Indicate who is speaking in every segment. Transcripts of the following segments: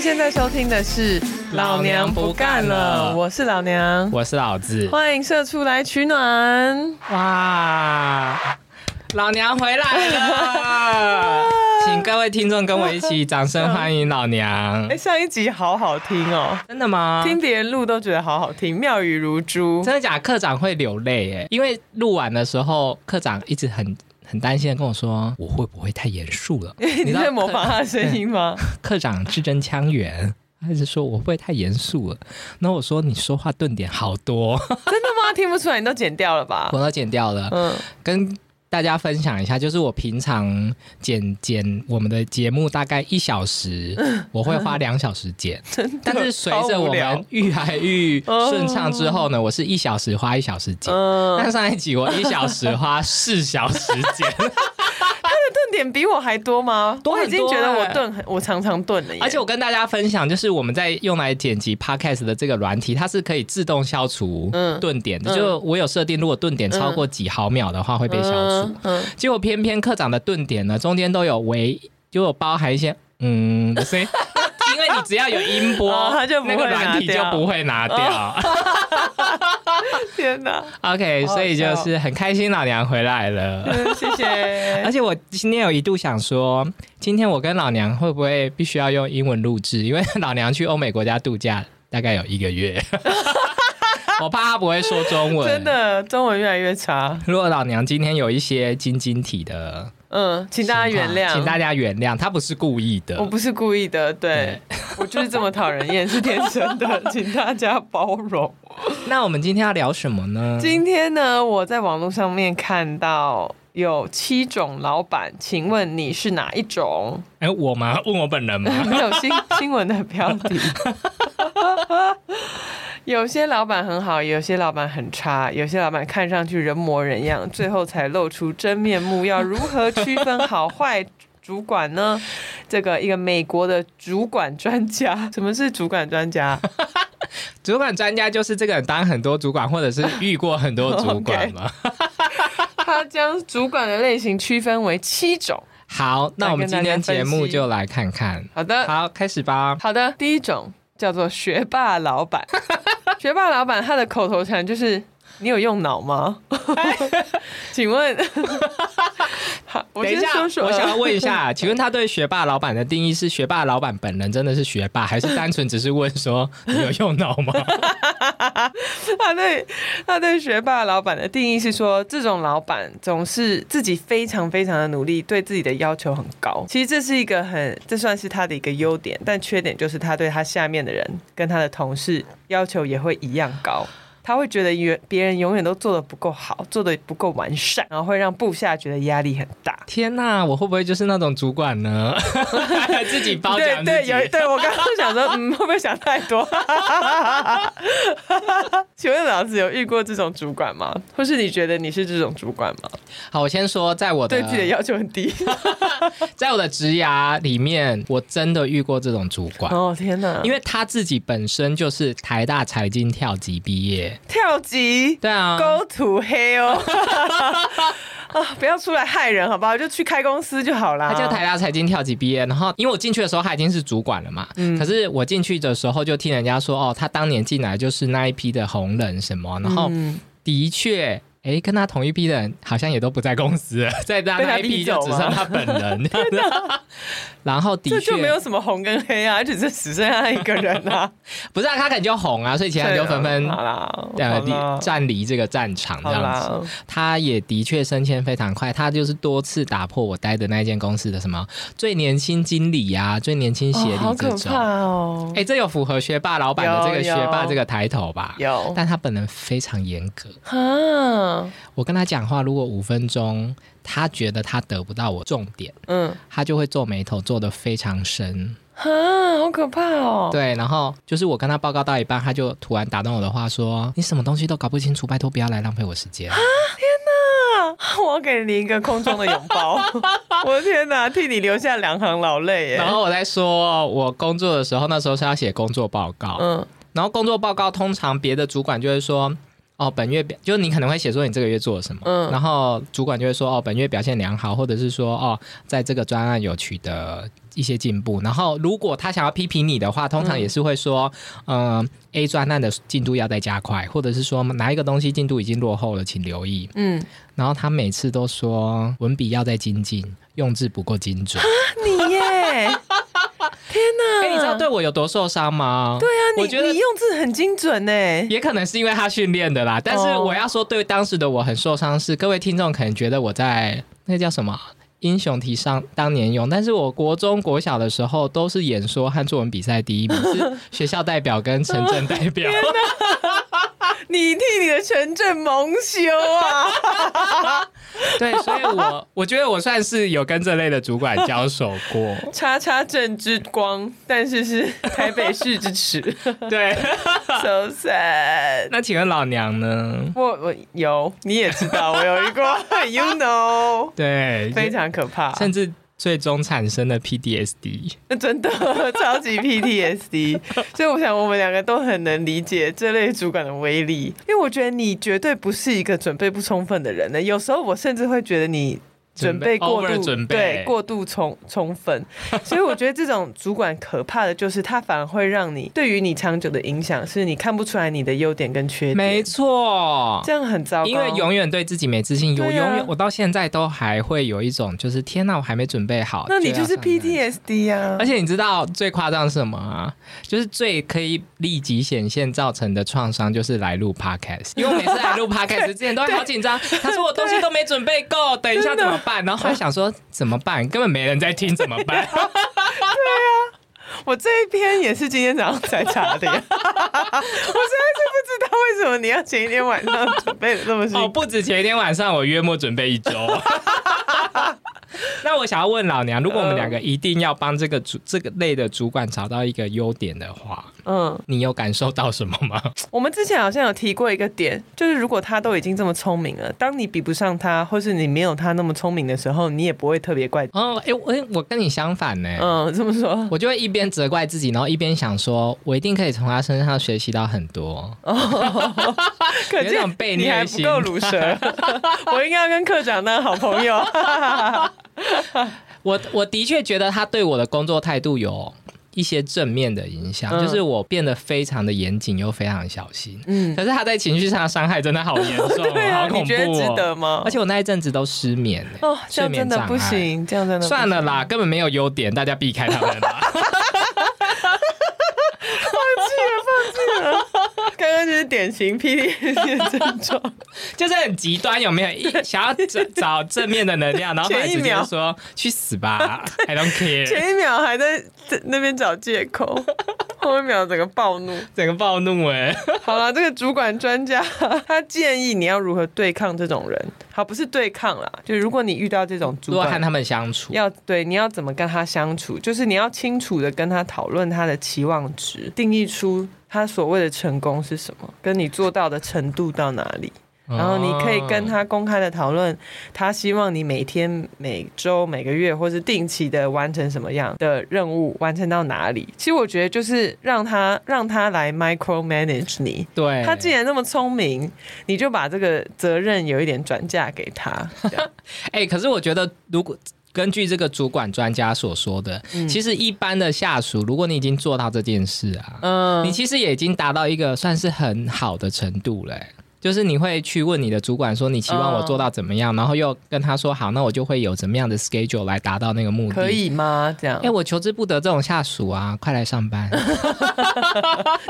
Speaker 1: 现在收听的是《老娘不干了》，我是老娘，
Speaker 2: 我是老子，
Speaker 1: 欢迎社畜来取暖。
Speaker 2: 哇，老娘回来 了！请各位听众跟我一起掌声欢迎老娘
Speaker 1: 哎，。上一集好好听哦，
Speaker 2: 真的吗？
Speaker 1: 听别人录都觉得好好听，妙语如珠。
Speaker 2: 真的假的？科长会流泪耶，因为录完的时候，科长一直很很担心的跟我说，我会不会太严肃了？
Speaker 1: 你
Speaker 2: 知道
Speaker 1: 在模
Speaker 2: 科
Speaker 1: 仿他的声音吗？
Speaker 2: 科长字正腔圆。他一直说我会不会太严肃了？然后我说你说话顿点好多，
Speaker 1: 真的吗？听不出来，你都剪掉了吧
Speaker 2: 我？都剪掉了。
Speaker 1: 嗯，
Speaker 2: 跟大家分享一下，就是我平常剪剪我们的节目大概一小时，我会花两小时 剪，但是随着我
Speaker 1: 嗯超无聊哦
Speaker 2: 们越来越顺畅之后呢，我是一小时花一小时剪。
Speaker 1: 嗯，
Speaker 2: 但上一集我一小时花四小时剪，
Speaker 1: 顿点比我还多吗？
Speaker 2: 多
Speaker 1: 我
Speaker 2: 很
Speaker 1: 已经
Speaker 2: 多
Speaker 1: 觉得我
Speaker 2: 哎
Speaker 1: 顿很，我常常顿了耶，
Speaker 2: 而且我跟大家分享，就是我们在用来剪辑 podcast 的这个软体，它是可以自动消除
Speaker 1: 嗯
Speaker 2: 顿点的。
Speaker 1: 嗯
Speaker 2: 就我有设定，如果顿点超过几毫秒的话，会被消除。
Speaker 1: 嗯嗯
Speaker 2: 结果偏偏科长的顿点呢，中间都有围，就有包含一些嗯 的声音，因为你只要有音波，
Speaker 1: 哦它就不会
Speaker 2: 那个软体
Speaker 1: 拿
Speaker 2: 就
Speaker 1: 掉
Speaker 2: 不会拿掉。
Speaker 1: 天哪，
Speaker 2: OK，
Speaker 1: 好好
Speaker 2: 所以就
Speaker 1: 笑
Speaker 2: 是很开心老娘回来了。
Speaker 1: 嗯谢
Speaker 2: 而
Speaker 1: 谢。
Speaker 2: 且我今天有一度想说，今天我跟老娘会不会必须要用英文录制？因为老娘去欧美国家度假大概有一个月， 我怕她不会说中 文。
Speaker 1: 真，的，中文越来越差。
Speaker 2: 如果老娘今天有一些晶晶体的
Speaker 1: 嗯，请
Speaker 2: 情
Speaker 1: 大
Speaker 2: 况，
Speaker 1: 家原谅，
Speaker 2: 请大家原谅，她不是故意的。
Speaker 1: 我不是故意的，对 我就是这么讨人厌，是天生的，请大家包容。
Speaker 2: 那我们今天要聊什么呢？
Speaker 1: 今天呢，我在网络上面看到有七种老板，请问你是哪一种？
Speaker 2: 哎、我吗？问我本 人吗？
Speaker 1: 没有新新闻的标题。 有些老板很好，有些老板很差，有些老板看上去人模人样，最后才露出真面目。要如何区分好坏主管呢？这个一个美国的主管专家，什么是主管专家？
Speaker 2: 主管专家就是这个人当很多主管，或者是遇过很多主 管嘛。
Speaker 1: 他将主管的类型区分为七种。
Speaker 2: 好，那我们今天节目就来看看。
Speaker 1: 好的，
Speaker 2: 好，开始吧。
Speaker 1: 好的，第一种叫做学霸老 板。学霸老板他的口头禅就是“你有用脑吗？” 请问，好，我
Speaker 2: 等一
Speaker 1: 先
Speaker 2: 下，
Speaker 1: 说说，啊
Speaker 2: 我想要问 一下，请问他对学霸老板的定义是学霸老板本人真的是学霸，还是单纯只是问说你有用脑 吗？
Speaker 1: 他对他对学霸老板的定义是说，这种老板总是自己非常非常的努力，对自己的要求很高。其实这是一个很，这算是他的一个优点，但缺点就是他对他下面的人跟他的同事要求也会一样高。他会觉得原别人永远都做的不够好，做的不够完善，然后会让部下觉得压力很大。
Speaker 2: 天哪、我会不会就是那种主管呢？ 自己包
Speaker 1: 对
Speaker 2: 奖自
Speaker 1: 对，
Speaker 2: 己。
Speaker 1: 有对我刚刚想说，嗯，会不会想太多？ 请问老子有遇过这种主管吗？或是你觉得你是这种主管吗？
Speaker 2: 好，我先说，在我的
Speaker 1: 对自己的要求很 低。
Speaker 2: 在我的职涯里面，我真的遇过这种主管。
Speaker 1: 哦天哪！因
Speaker 2: 因
Speaker 1: 为
Speaker 2: 为他自己本身就是台大财经跳级毕业，
Speaker 1: 跳级
Speaker 2: 对啊，
Speaker 1: ，Go to hell 啊！不要出来害人，好不好？就去开公司就好啦。
Speaker 2: 他就台大财经跳级毕业，然后因为我进去的时候他已经是主管了嘛，可是我进去的时候就听人家说，哦，他当年进来就是那一批的红人什么，然后
Speaker 1: 嗯
Speaker 2: 的确。诶，跟他同一批的人好像也都不在公司了， 在他
Speaker 1: 被他
Speaker 2: 那一批
Speaker 1: 逼
Speaker 2: 就
Speaker 1: 走
Speaker 2: 只
Speaker 1: 吗
Speaker 2: 剩他本人。 然后的
Speaker 1: 这
Speaker 2: 确
Speaker 1: 就没有什么红跟黑啊，而且这只剩下他一个人 啊，
Speaker 2: 不是、啊、他可能就红啊，所以其他人就纷纷
Speaker 1: 对啊好啦，
Speaker 2: 呃
Speaker 1: 好
Speaker 2: 离
Speaker 1: 啦哦
Speaker 2: 站离这个战场这
Speaker 1: 好
Speaker 2: 样子。
Speaker 1: 啦，
Speaker 2: 他也的确升迁非常快，他就是多次打破我待的那间公司的什么最年轻经理呀、最年轻协
Speaker 1: 哦
Speaker 2: 理
Speaker 1: 好可
Speaker 2: 这种。
Speaker 1: 怕哦
Speaker 2: 哎、！这有符合学霸老板的这个学霸这个抬头吧？
Speaker 1: 有
Speaker 2: 但他本人非常严格，
Speaker 1: 啊，
Speaker 2: 我跟他讲话如果五分钟，他觉得他得不到我重点，
Speaker 1: 嗯，
Speaker 2: 他就会皱眉头，皱得非常深。
Speaker 1: 啊，好可怕哦！
Speaker 2: 对，然后就是我跟他报告到一半，他就突然打断我的话说：“你什么东西都搞不清楚，拜托不要来浪费我时间。”
Speaker 1: 啊 我要给你一个空中的拥 抱，我的天哪，替你留下两行老泪耶
Speaker 2: 然！后我在说，我工作的时候，那时候是要写工作报告，
Speaker 1: 嗯，
Speaker 2: 然后工作报告通常别的主管就会说。哦，本月表就是你可能会写说你这个月做了什么，
Speaker 1: 嗯
Speaker 2: 然后主管就会说哦，本月表现良好，或者是说哦，在这个专案有取得一些进步。然后如果他想要批评你的话，通常也是会说，嗯、a 专案的进度要再加快，或者是说哪一个东西进度已经落后了，请留意。
Speaker 1: 嗯，
Speaker 2: 然后他每次都说文笔要再精进，用字不够精准。
Speaker 1: 你耶， 天哪！
Speaker 2: 哎、你知道对我有多受伤吗？
Speaker 1: 嗯对
Speaker 2: 对
Speaker 1: 啊，
Speaker 2: 我觉
Speaker 1: 你
Speaker 2: 得
Speaker 1: 你用字很精准呢。
Speaker 2: 也可能是因为他训练的啦，但是
Speaker 1: 哦
Speaker 2: 我要说对当时的我很受伤，是各位听众可能觉得我在那叫什么英雄题上当年勇，但是我国中国小的时候都是演说和作文比赛第一名， 是学校代表跟城镇
Speaker 1: 哦
Speaker 2: 代表，
Speaker 1: 你替你的城镇蒙羞啊！
Speaker 2: 对，所以我我觉得我算是有跟这类的主管交手过，
Speaker 1: 叉叉镇之光，但是是台北市之 耻
Speaker 2: 对。
Speaker 1: ，so sad。
Speaker 2: 那请问老娘呢？
Speaker 1: 我我有，你也知道，我有一个 ，you know，
Speaker 2: 对，
Speaker 1: 非常可怕，
Speaker 2: 甚至最终产生了 PDSD。
Speaker 1: 真的超级 PTSD。所以我想，我们两个都很能理解这类主管的威力，因为我觉得你绝对不是一个准备不充分的人呢。有时候我甚至会觉得你。准
Speaker 2: 准
Speaker 1: 备
Speaker 2: 备
Speaker 1: 过度，
Speaker 2: over 准备
Speaker 1: 对过度充充分，所以我觉得这种主管可怕的就是，他反而会让你对于你长久的影响是你看不出来你的优点跟缺
Speaker 2: 没
Speaker 1: 点，
Speaker 2: 错，
Speaker 1: 这样很糟糕。
Speaker 2: 因为永远对自己没自信，我
Speaker 1: 对啊
Speaker 2: 永远我到现在都还会有一种就是天哪，我还没准备好。啊
Speaker 1: 那你就是
Speaker 2: 要上班
Speaker 1: PTSD 啊
Speaker 2: 而，且你知道最夸张是什么啊？就是最可以立即显现造成的创伤，就是来录 podcast。因为我每次 来录 podcast 之前都会好紧张，他说我东西都没准备够，等一下怎么办？然后还想说怎么办？根本没人在听，怎么办？
Speaker 1: 我这一篇也是今天早上才查的呀， 我实在是不知道为什么你要前一天晚上准备的这么辛
Speaker 2: 哦，
Speaker 1: 苦。
Speaker 2: 不止前一天晚上，我约莫准备一周。 那我想要问老娘，如果我们两个一定要帮这个主这个类的主管找到一个优点的话，
Speaker 1: 嗯，
Speaker 2: 你有感受到什么吗？
Speaker 1: 我们之前好像有提过一个点，就是如果他都已经这么聪明了，当你比不上他，或是你没有他那么聪明的时候，你也不会特别怪。
Speaker 2: 哦，哎、我我跟你相反呢、
Speaker 1: 嗯，这么说，
Speaker 2: 我就会一边责怪自己，然后一边想说，我一定可以从他身上学习到很多。
Speaker 1: 可
Speaker 2: 有一种被
Speaker 1: 见你还
Speaker 2: 虐
Speaker 1: 不
Speaker 2: 心
Speaker 1: 够乳 蛇，我应该要跟科长当好朋
Speaker 2: 哦
Speaker 1: 友。
Speaker 2: 我我的确觉得他对我的工作态度有一些正面的影响，
Speaker 1: 嗯
Speaker 2: 就是我变得非常的严谨又非常小心。
Speaker 1: 嗯，
Speaker 2: 可是他在情绪上的伤害真的好严重、 哦，
Speaker 1: 对啊，
Speaker 2: 好恐怖、哦。
Speaker 1: 你觉得值得吗？
Speaker 2: 而且我那一阵子都失眠、欸，
Speaker 1: 啊哦，这
Speaker 2: 睡
Speaker 1: 样
Speaker 2: 眠
Speaker 1: 真的
Speaker 2: 障
Speaker 1: 不
Speaker 2: 碍。
Speaker 1: 行，这样真的不
Speaker 2: 算了
Speaker 1: 行
Speaker 2: 啦，根本没有优点，大家避开他们 啦。
Speaker 1: 刚刚就是典型 PDSD 的症状，
Speaker 2: 就是很极端，有没有？一想要找找正面的能量，然后后来
Speaker 1: 前一
Speaker 2: 直接
Speaker 1: 秒
Speaker 2: 说去 死吧，I don't care，
Speaker 1: 前一秒还在在那边找借口，后一秒整个暴怒。
Speaker 2: 整个暴怒哎、
Speaker 1: 好了，这个主管专家他建议你要如何对抗这种人，好，不是对抗啦，就是如果你遇到这种主
Speaker 2: 如果和
Speaker 1: 管。
Speaker 2: 他们相处，
Speaker 1: 要对，你要怎么跟他相处？就是你要清楚的跟他讨论他的期望值，定义出他所谓的成功是什么，跟你做到的程度到哪里。
Speaker 2: 哦
Speaker 1: 然后你可以跟他公开的讨论，他希望你每天、每周、每个月，或是定期的完成什么样的任务，完成到哪里。其实我觉得就是让他让他来 micro manage 你。
Speaker 2: 哦对，
Speaker 1: 他既然那么聪明，你就把这个责任有一点转嫁给他。这样
Speaker 2: 哎、可是我觉得，如果根据这个主管专家所说的，
Speaker 1: 嗯
Speaker 2: 其实一般的下属，如果你已经做到这件事啊，
Speaker 1: 嗯
Speaker 2: 你其实也已经达到一个算是很好的程度了欸、就是你会去问你的主管说你期望我做到怎么样，然后又跟他说好，那我就会有怎么样的 schedule 来达到那个目的。
Speaker 1: 可。以吗？这样
Speaker 2: 哎、，我求之不得这种下属啊，快来上班！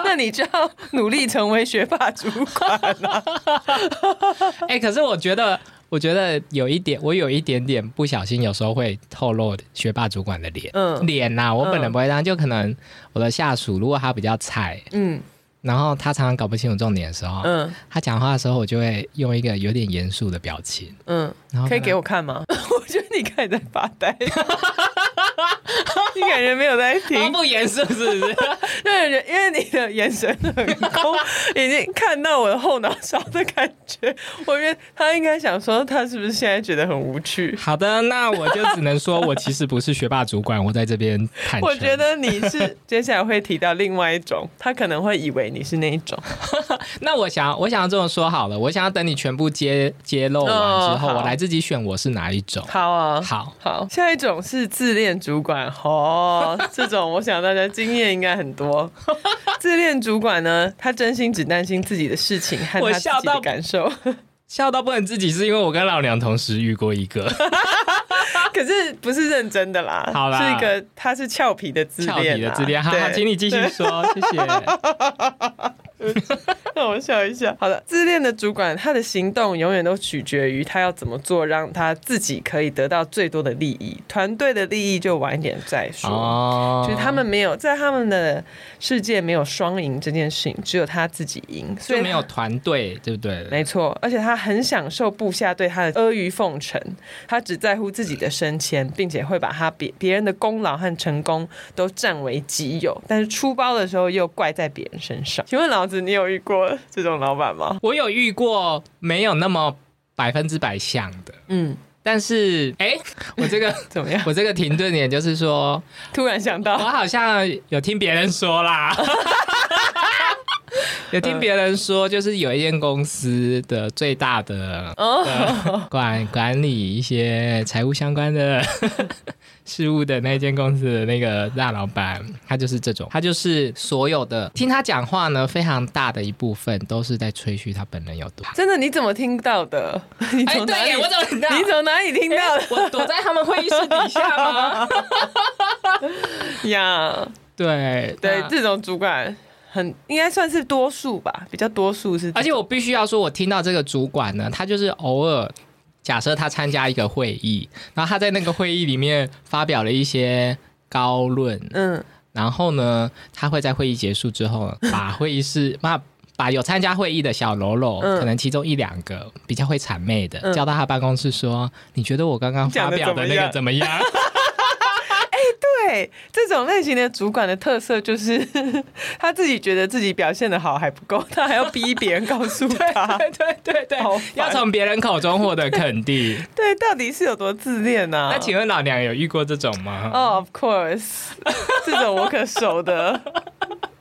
Speaker 1: 那你就要努力成为学霸主 管了。
Speaker 2: 哎、可是我觉得，我觉得有一点，我有一点点不小心，有时候会透露学霸主管的脸。
Speaker 1: 嗯
Speaker 2: 脸呐、我本人
Speaker 1: 嗯
Speaker 2: 不会当，就可能我的下属，如果他比较菜，
Speaker 1: 嗯
Speaker 2: 然后他常常搞不清楚重点的时候，
Speaker 1: 嗯
Speaker 2: 他讲话的时候，我就会用一个有点严肃的表情，
Speaker 1: 嗯，
Speaker 2: 然后
Speaker 1: 可以给
Speaker 2: 我
Speaker 1: 我看吗？我觉得你看你在发呆。你感觉没有在
Speaker 2: 他
Speaker 1: 听，
Speaker 2: 不严肃是不 是？
Speaker 1: 对，因为你的眼神很空，已经看到我的后脑勺的感觉。我觉得他应该想说，他是不是现在觉得很无趣？
Speaker 2: 好的，那我就只能说，我其实不是学霸主管，我在这边坦诚。
Speaker 1: 我觉得你是接下来会提到另外一种，他可能会以为你是那一种。
Speaker 2: 那我想，我想要这么说好了，我想要等你全部揭揭露完之后，
Speaker 1: 哦好
Speaker 2: 我来自己选我是哪一种。
Speaker 1: 好啊，
Speaker 2: 好，
Speaker 1: 好，下一种是自恋主管 哦，这种我想大家经验应该很多。自恋主管呢，他真心只担心自己的事情和
Speaker 2: 我
Speaker 1: 他自
Speaker 2: 笑
Speaker 1: 己的
Speaker 2: 到
Speaker 1: 感受。
Speaker 2: 笑到不能自己，是因为我跟老娘同时遇过一个
Speaker 1: 可是不是认真的啦，
Speaker 2: 好啦
Speaker 1: 是一个他是俏皮 的自
Speaker 2: 俏
Speaker 1: 恋
Speaker 2: 皮
Speaker 1: 啦，
Speaker 2: 的自恋，哈哈，
Speaker 1: 对
Speaker 2: 请你继 续
Speaker 1: 对
Speaker 2: 说，谢谢。
Speaker 1: 让我笑一下。好了，自恋的主管他的行动永远都取决于他要怎么做，让他自己可以得到最多的利益，团队的利益就晚一点再说。
Speaker 2: 哦
Speaker 1: 就是他们没有在他们的世界没有双赢这件事情，只有他自己赢，所以
Speaker 2: 就没有
Speaker 1: 他。
Speaker 2: 团队，对不对？
Speaker 1: 没错，而且他很享受部下对他的阿谀奉承，他只在乎自己的升迁，并且会把他别别人的功劳和成功都占为己有，但是出包的时候又怪在别人身上。请问老子，你有遇过这种老板吗？
Speaker 2: 我有遇过没有那么百分之百像的，
Speaker 1: 嗯，
Speaker 2: 但是哎、我这个 ？
Speaker 1: 怎么样
Speaker 2: 我这个停顿点就是说，
Speaker 1: 突然想
Speaker 2: 我
Speaker 1: 到，
Speaker 2: 好像有听别人说 啦，有听别人说，就是有一间公司的最大的呃
Speaker 1: 哦，
Speaker 2: 管管理一些财务相关 的事务的那间公司的那个大老板，他就是这种，他就是所有的听他讲话呢，非常大的一部分都是在吹嘘他本人有多好。
Speaker 1: 真的，你怎么听到的？你
Speaker 2: 哎，
Speaker 1: 从哪
Speaker 2: 对
Speaker 1: 里？
Speaker 2: 耶，我怎么 知道？
Speaker 1: 你从哪里听到的
Speaker 2: 我躲在他们会议室底下吗？
Speaker 1: 哎呀？
Speaker 2: 对
Speaker 1: 对，
Speaker 2: 那
Speaker 1: 这种主管很应该算是多数吧，比较多数是这种。
Speaker 2: 而且我必须要说，我听到这个主管呢，他就是偶尔，假设他参加一个会议，然后他在那个会议里面发表了一些高论，
Speaker 1: 嗯，
Speaker 2: 然后呢，他会在会议结束之后，把会议室把把有参加会议的小喽啰，
Speaker 1: 嗯
Speaker 2: 可能其中一两个比较会谄媚的，
Speaker 1: 嗯
Speaker 2: 叫到他办公室说：“你觉得我刚刚发表的那个怎么样？”
Speaker 1: 对，这种类型的主管的特色就是 他自己觉得自己表现的好还不够，他还要逼别人告诉他。
Speaker 2: 对对对对
Speaker 1: 嗯好烦
Speaker 2: 要从别人口中获得 肯定。
Speaker 1: 对，到底是有多自恋呢、啊？
Speaker 2: 那请问老娘有遇过这种吗？
Speaker 1: 哦、o f course，这 种我可熟的。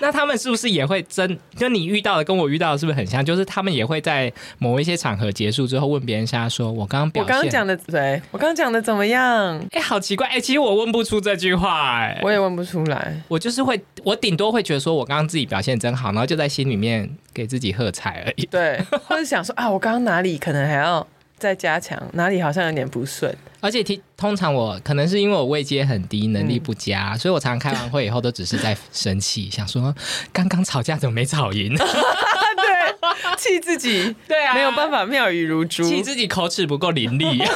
Speaker 2: 那他们是不是也会真跟你遇到的跟我遇到的是不是很像？就是他们也会在某一些场合结束之后问别人一下说：“我刚刚表
Speaker 1: 我
Speaker 2: 现，
Speaker 1: 刚刚讲的对，我刚刚讲的怎么样？
Speaker 2: 哎、好奇怪哎、其实我问不出这句话哎、
Speaker 1: 我也问不出来。
Speaker 2: 我就是会，我顶多会觉得说我刚刚自己表现真好，然后就在心里面给自己喝彩而已。
Speaker 1: 对，或者想说啊，我刚刚哪里可能还要再加强，哪里好像有点不顺。
Speaker 2: 而且通通常我可能是因为我位阶很低，能力不佳，所以我常常开完会以后都只是在生气，想说刚刚吵架怎么没吵赢？
Speaker 1: 对，气自己，
Speaker 2: 啊 对啊
Speaker 1: 没有办法妙语如珠。
Speaker 2: 气自己口齿不够伶俐。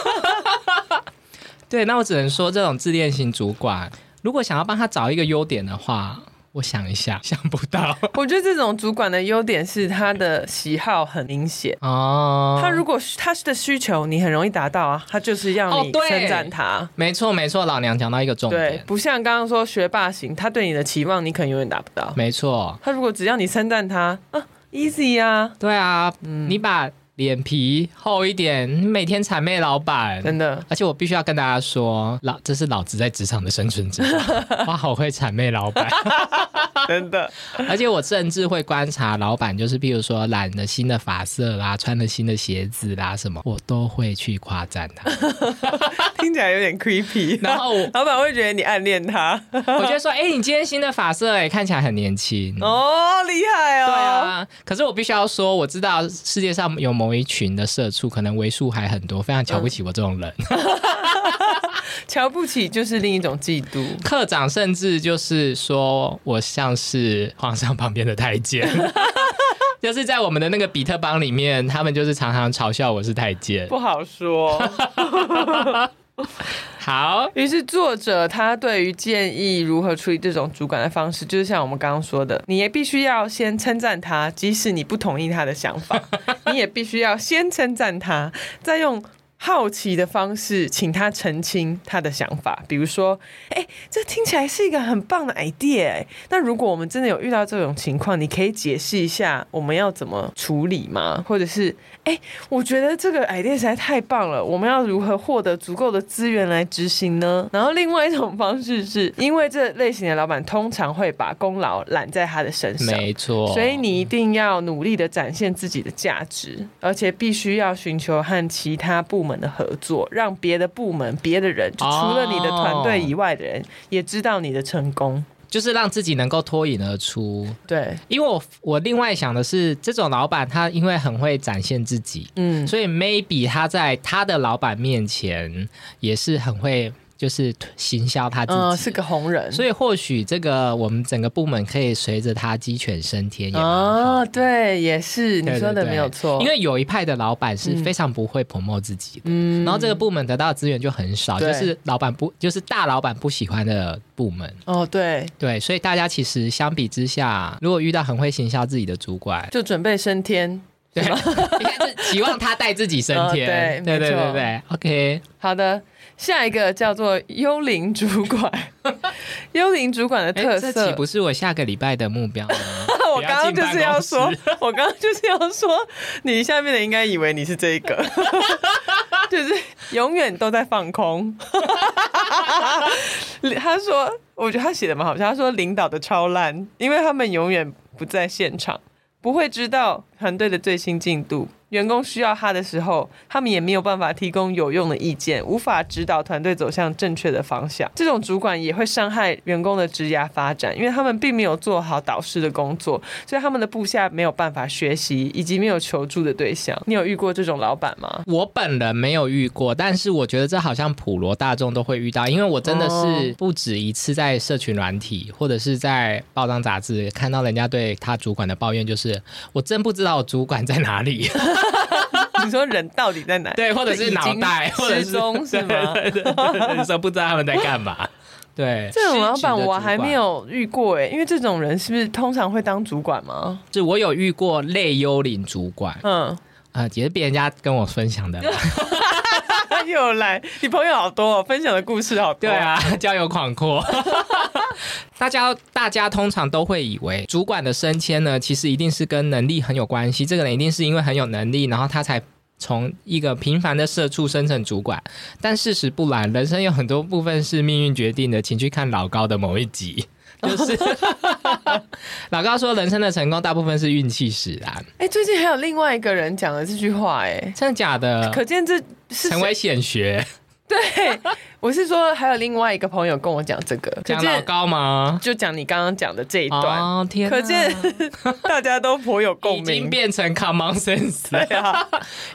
Speaker 2: 对，那我只能说，这种自恋型主管，如果想要帮他找一个优点的话，我想一下，想不 到
Speaker 1: 我觉得这种主管的优点是他的喜好很明显。
Speaker 2: 哦。
Speaker 1: 他如果他的需求你很容易达到啊，他就是要
Speaker 2: 哦
Speaker 1: 你
Speaker 2: 对
Speaker 1: 称赞他。
Speaker 2: 没错没错，老娘讲到一个重
Speaker 1: 对
Speaker 2: 点，，
Speaker 1: 不像刚刚说学霸型，他对你的期望你可能永远达不到。
Speaker 2: 没错，
Speaker 1: 他如果只要你称赞他啊，easy 啊，
Speaker 2: 对啊，你把脸皮厚一点，你每天谄媚老板。
Speaker 1: 真的。
Speaker 2: 而且我必须要跟大家说，老这是老子在职场的生存之 道，我好会谄媚老板。
Speaker 1: 真的，
Speaker 2: 而且我甚至会观察老板，就是譬如说染了新的发色啦，穿了新的鞋子啦，什么我都会去夸赞 他。
Speaker 1: 听起来有点 creepy。
Speaker 2: 然后我
Speaker 1: 老板会觉得你暗恋 他，
Speaker 2: 我就说，哎、你今天新的发色、哎，看起来很年轻。
Speaker 1: 哦，厉害哦。
Speaker 2: 对啊，可是我必须要说，我知道世界上有某一群的社畜，可能为数还很多，非常瞧不起我这种 人。
Speaker 1: 瞧不起就是另一种嫉妒。
Speaker 2: 课长甚至就是说我像是皇上旁边的太 监，就是在我们的那个比特帮里面，他们就是常常嘲笑我是太监。
Speaker 1: 不好说。
Speaker 2: 好，
Speaker 1: 于是作者他对于建议如何处理这种主管的方式，就是像我们刚刚说的，你也必须要先称赞他，即使你不同意他的想法，你也必须要先称赞他，再用。好奇的方式，请他澄清他的想法。比如说，哎、这听起来是一个很棒的 idea、哎那如果我们真的有遇到这种情况，你可以解释一下我们要怎么处理吗？或者是，哎、我觉得这个 idea 实在太棒了，我们要如何获得足够的资源来执行呢？然后另外一种方式是，因为这类型的老板通常会把功劳揽在他的身上，
Speaker 2: 没错，
Speaker 1: 所以你一定要努力的展现自己的价值，而且必须要寻求和其他部门的合作，让别的部门、别的人，就除了你的团队以外的人，也知道你的成功。
Speaker 2: 就是让自己能够脱颖而出。
Speaker 1: 对，
Speaker 2: 因为我我另外想的是，这种老板他因为很会展现自己，
Speaker 1: 嗯，
Speaker 2: 所以 maybe 他在他的老板面前也是很会就是行销他自己。
Speaker 1: 嗯、是个红人，
Speaker 2: 所以或许这个我们整个部门可以随着他鸡犬升天也蛮好。
Speaker 1: 啊，对，也是
Speaker 2: 对
Speaker 1: 你说的
Speaker 2: 对对
Speaker 1: 没有错，
Speaker 2: 因为有一派的老板是
Speaker 1: 嗯
Speaker 2: 非常不会 promote 自己的，
Speaker 1: 嗯
Speaker 2: 然后这个部门得到的资源就很少，就
Speaker 1: 对
Speaker 2: 是老板不就是大老板不喜欢的部门。
Speaker 1: 哦，对，
Speaker 2: 对，所以大家其实相比之下，如果遇到很会行销自己的主管，
Speaker 1: 就准备升天。
Speaker 2: 对，应该是期望他带自己升天。
Speaker 1: 哦对
Speaker 2: 对对
Speaker 1: 没错
Speaker 2: 对对，OK，
Speaker 1: 好的，下一个叫做幽灵主 管，幽灵主管的特
Speaker 2: 哎，这
Speaker 1: 色？
Speaker 2: 岂不是我下个礼拜的目标吗
Speaker 1: 我刚刚就是要说
Speaker 2: 不进办公室，
Speaker 1: 我刚刚就是要说，你下面的应该以为你是这一个， 就是永远都在放空。他说，我觉得他写的蛮好笑。他说领导的超烂，因为他们永远不在现场，不会知道团队的最新进度。员工需要他的时候，他们也没有办法提供有用的意见，无法指导团队走向正确的方向。这种主管也会伤害员工的职涯发展，因为他们并没有做好导师的工作，所以他们的部下没有办法学习，以及没有求助的对象。你有遇过这种老板 吗？
Speaker 2: 我本人没有遇过，但是我觉得这好像普罗大众都会遇到，因为我真的
Speaker 1: 哦
Speaker 2: 是不止一次在社群软体或者是在报章杂志看到人家对他主管的抱怨，就是我真不知道我主管在 哪里，
Speaker 1: 你说人到底在哪？
Speaker 2: 对，或者是脑袋，
Speaker 1: 就已
Speaker 2: 或
Speaker 1: 经
Speaker 2: 者
Speaker 1: 失踪是吗？
Speaker 2: 对对对对，说不知道他们在干嘛。对，
Speaker 1: 这种老
Speaker 2: 失职
Speaker 1: 板
Speaker 2: 的
Speaker 1: 我
Speaker 2: 主
Speaker 1: 还
Speaker 2: 管
Speaker 1: 没，有遇过哎、因为这种人是不是通常会当主管吗？
Speaker 2: 是我有遇过类幽灵主管，
Speaker 1: 嗯，
Speaker 2: 啊，也是别人家跟我分 享的啦。
Speaker 1: 又来，你朋友好多、哦，分享的故事好多。
Speaker 2: 对，啊，交友 广阔。大家大家通常都会以为主管的升迁呢，其实一定是跟能力很有关系。这个人一定是因为很有能力，然后他才从一个平凡的社畜升成主管。但事实不然，人生有很多部分是命运决定的，请去看老高的某 一集。就是老高说，人生的成功大部分是运气使然，
Speaker 1: 哎、最近还有另外一个人讲了这句话哎、
Speaker 2: 真的假的？
Speaker 1: 可见这是
Speaker 2: 成为显学，
Speaker 1: 对，我是说还有另外一个朋友跟我讲这个，可
Speaker 2: 讲老
Speaker 1: 见
Speaker 2: 高吗？
Speaker 1: 就讲你刚刚讲的这一段。
Speaker 2: 哦，天哪！
Speaker 1: 可见大家都颇有
Speaker 2: 已
Speaker 1: 共
Speaker 2: 经
Speaker 1: 鸣。
Speaker 2: 变成 common sense
Speaker 1: 对
Speaker 2: 了。
Speaker 1: 啊，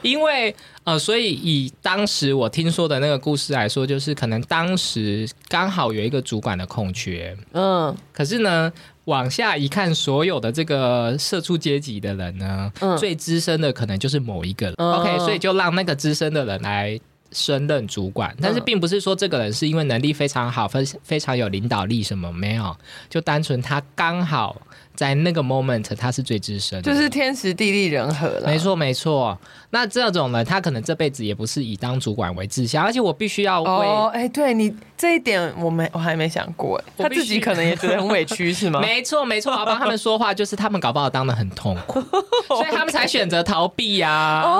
Speaker 2: 因为呃，所以以当时我听说的那个故事来说，就是可能当时刚好有一个主管的空缺，
Speaker 1: 嗯，
Speaker 2: 可是呢，往下一看，所有的这个社畜阶级的人呢，
Speaker 1: 嗯
Speaker 2: 最资深的可能就是某一个人。
Speaker 1: 嗯
Speaker 2: OK，所以就让那个资深的人来。升任主管，但
Speaker 1: 嗯
Speaker 2: 是并不是说这个人是因为能力非常好、非非常有领导力什么没有，就单纯他刚好在那个 moment 他是最资深的，
Speaker 1: 就是天时地利人和了。
Speaker 2: 没，错，没错。那这种人，他可能这辈子也不是以当主管为志向，而且我必须要为、
Speaker 1: 哦，哎、对你这一点我没我还没想过，哎
Speaker 2: 我
Speaker 1: 他
Speaker 2: 必
Speaker 1: 自己
Speaker 2: 须
Speaker 1: 可能也觉得很委屈，是吗？
Speaker 2: 没错，没错，我要帮他们说话，就是他们搞不好当的很痛 苦，所以他们才选择逃避呀、
Speaker 1: 哦，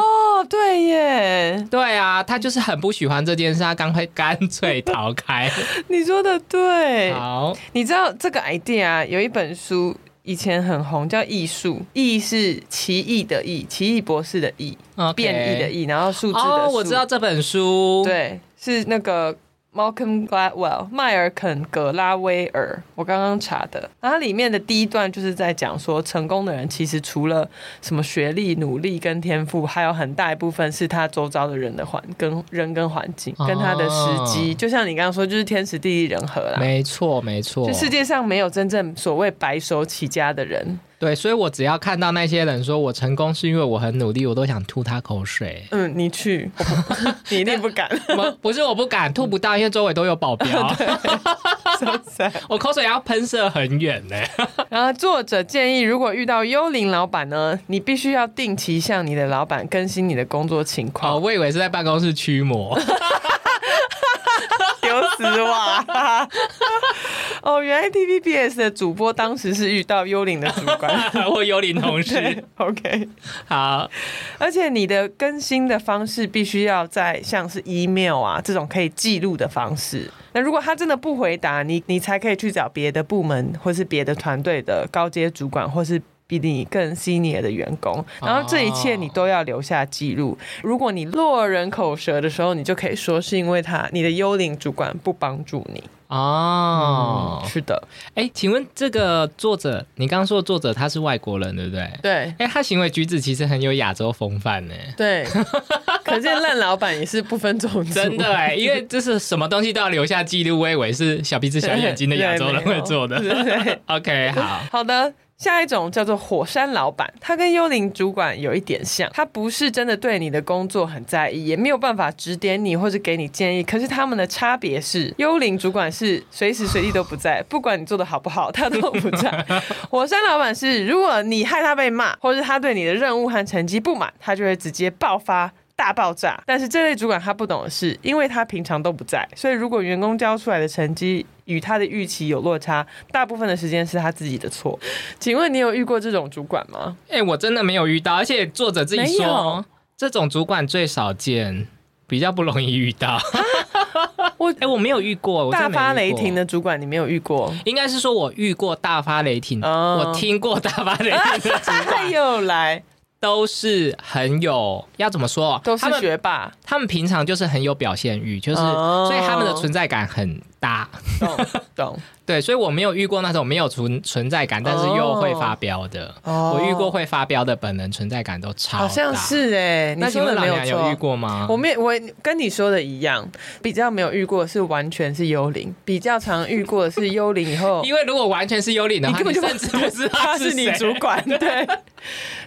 Speaker 1: 对耶，
Speaker 2: 对啊，他就是很不喜欢这件事，他干脆干脆逃开。
Speaker 1: 你说的对。
Speaker 2: 好，
Speaker 1: 你知道这个 idea 啊有一本书以前很红，叫《艺术》，艺是奇异的异，奇异博士的异，
Speaker 2: o
Speaker 1: 变异的
Speaker 2: 意。
Speaker 1: 异，然后数字的数。
Speaker 2: 哦，我知道，这本书，，
Speaker 1: 对，是那个 Malcolm Gladwell 迈尔肯格拉威尔，我刚刚查的。然后它里面的第一段就是在讲说，成功的人其实除了什么学历、努力跟天赋，还有很大一部分是他周遭的人的环跟人跟环境跟他的时机，
Speaker 2: 哦
Speaker 1: 就像你刚刚说，就是天时地利人和啦。
Speaker 2: 没错，没错
Speaker 1: 就。世界上没有真正所谓白手起家的人，
Speaker 2: 对，所以我只要看到那些人说我成功是因为我很努力，我都想吐他口水。
Speaker 1: 嗯，你 去，我不你一定不 敢，
Speaker 2: 不不是我不敢吐不到，因为周围都有 保镖，
Speaker 1: 超惨。
Speaker 2: 我口水要喷射很远呢、
Speaker 1: 然后作者建议，如果遇到幽灵老板呢，你必须要定期向你的老板更新你的工作情
Speaker 2: 哦，
Speaker 1: 况。
Speaker 2: 我以为是在办公室驱魔。
Speaker 1: 丢死哇！ 哦，原来 TVBS 的主播当时是遇到幽灵的主 管。
Speaker 2: 我幽灵同
Speaker 1: 对
Speaker 2: 事。
Speaker 1: ，OK。
Speaker 2: 好，
Speaker 1: 而且你的更新的方式必须要在像是 email 啊这种可以记录的方式。那如果他真的不回答你，你才可以去找别的部门或是别的团队的高阶主管或是。比你更 senior 的员
Speaker 2: 哦
Speaker 1: 工，然后这一切你都要留下记录。如果你落人口舌的时候，你就可以说是因为他你的幽灵主管不帮助你。
Speaker 2: 哦
Speaker 1: 哦，，是的，
Speaker 2: 哎、请问这个作者，你刚刚说的作者他是外国人，对不对？
Speaker 1: 对
Speaker 2: 哎、他行为举止其实很有亚洲风范呢。
Speaker 1: 对， 可见烂老板也是不分种族，
Speaker 2: 真的 哎、因为这是什么东西都要留下记录。我以为是小鼻子小眼睛的亚洲人会做 的。
Speaker 1: 对对对
Speaker 2: OK，好，
Speaker 1: 好的，下一种叫做火山老板，他跟幽灵主管有一点像，他不是真的对你的工作很在意，也没有办法指点你或者给你建议。可是他们的差别是，幽灵主管是随时随地都不在，不管你做的好不好，他都不在。火山老板是，如果你害他被骂，或是他对你的任务和成绩不满，他就会直接爆发。大爆炸，但是这类主管他不懂的是，因为他平常都不在，所以如果员工交出来的成绩与他的预期有落差，大部分的时间是他自己的错。请问你有遇过这种主管吗？
Speaker 2: 哎、我真的没有遇到，而且作者自己
Speaker 1: 没
Speaker 2: 说
Speaker 1: 有，
Speaker 2: 这种主管最少见，比较不容易遇到。
Speaker 1: 我
Speaker 2: 哎、我没有遇过，我真
Speaker 1: 大
Speaker 2: 的没
Speaker 1: 发
Speaker 2: 遇
Speaker 1: 雷
Speaker 2: 过
Speaker 1: 霆的主管你没有遇 过？
Speaker 2: 应该是说我遇过大发雷霆，
Speaker 1: 哦
Speaker 2: 我听过大发雷霆的主
Speaker 1: 他
Speaker 2: 管
Speaker 1: 又来，
Speaker 2: 都是很有要怎么说，
Speaker 1: 都
Speaker 2: 他
Speaker 1: 是
Speaker 2: 们
Speaker 1: 学霸，
Speaker 2: 他们平常就是很有表现欲，就是、
Speaker 1: 哦
Speaker 2: 所以他们的存在感很大。
Speaker 1: 懂懂？
Speaker 2: 对，所以我没有遇过那种没有存存在感，但是又会发飙的。
Speaker 1: 哦
Speaker 2: 我遇过会发飙的本人，存在感都超大
Speaker 1: 好像。是哎、你
Speaker 2: 那请
Speaker 1: 说的
Speaker 2: 问老
Speaker 1: 没
Speaker 2: 娘有遇
Speaker 1: 错。
Speaker 2: 过吗？
Speaker 1: 我没我跟你说的一样，比较没有遇过是完全是幽灵，比较常遇过的是幽灵以 后
Speaker 2: 因为如果完全是幽灵的
Speaker 1: 你
Speaker 2: 话，
Speaker 1: 根本就
Speaker 2: 甚至不知道
Speaker 1: 他
Speaker 2: 是
Speaker 1: 是你
Speaker 2: 谁
Speaker 1: 主 管，对。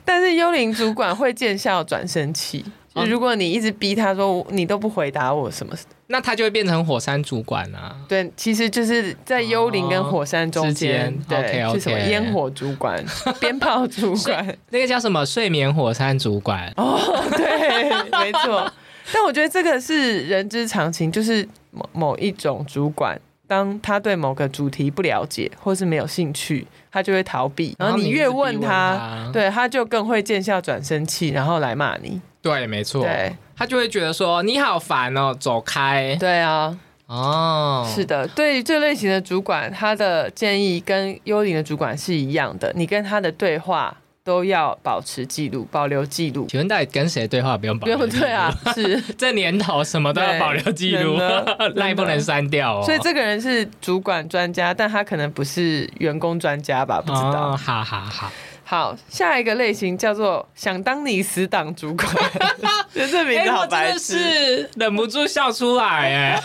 Speaker 1: 但是幽灵主管会见效转生气，就
Speaker 2: 哦
Speaker 1: 如果你一直逼他说你都不回答我什么，
Speaker 2: 那他就会变成火山主管啊。
Speaker 1: 对，其实就是在幽灵跟火山中间，
Speaker 2: 哦之间
Speaker 1: 对，
Speaker 2: OK，OK
Speaker 1: 是什么烟火主管、鞭炮主 管，
Speaker 2: 那个叫什么睡眠火山主管，
Speaker 1: 哦 对，没错。但我觉得这个是人之常情，就是某某一种主管，当他对某个主题不了解或是没有兴趣，他就会逃避，然后你
Speaker 2: 一直
Speaker 1: 越
Speaker 2: 逼
Speaker 1: 问他，
Speaker 2: 他，
Speaker 1: 对他就更会见效转生气，然后来骂你。
Speaker 2: 对，啊没错，
Speaker 1: 对
Speaker 2: 他就会觉得说你好烦哦，走开
Speaker 1: 对啊，
Speaker 2: 哦，
Speaker 1: 是的，对于这类型的主管，他的建议跟幽灵的主管是一样的，你跟他的对话都要保持记录，保留记录。
Speaker 2: 请问到底跟谁对话不用保
Speaker 1: 不
Speaker 2: 留？
Speaker 1: 用 对啊，是，
Speaker 2: 这年头什么都要保留记录
Speaker 1: 对真的，
Speaker 2: 赖不能删掉哦。
Speaker 1: 所以这个人是主管专家，但他可能不是员工专家吧，不知道。
Speaker 2: 哦，好好好，
Speaker 1: 好，下一个类型叫做想当你死党主 管，觉得这名字
Speaker 2: 哎，
Speaker 1: 好
Speaker 2: 我真
Speaker 1: 白痴，
Speaker 2: 的是忍不住笑出来 哎。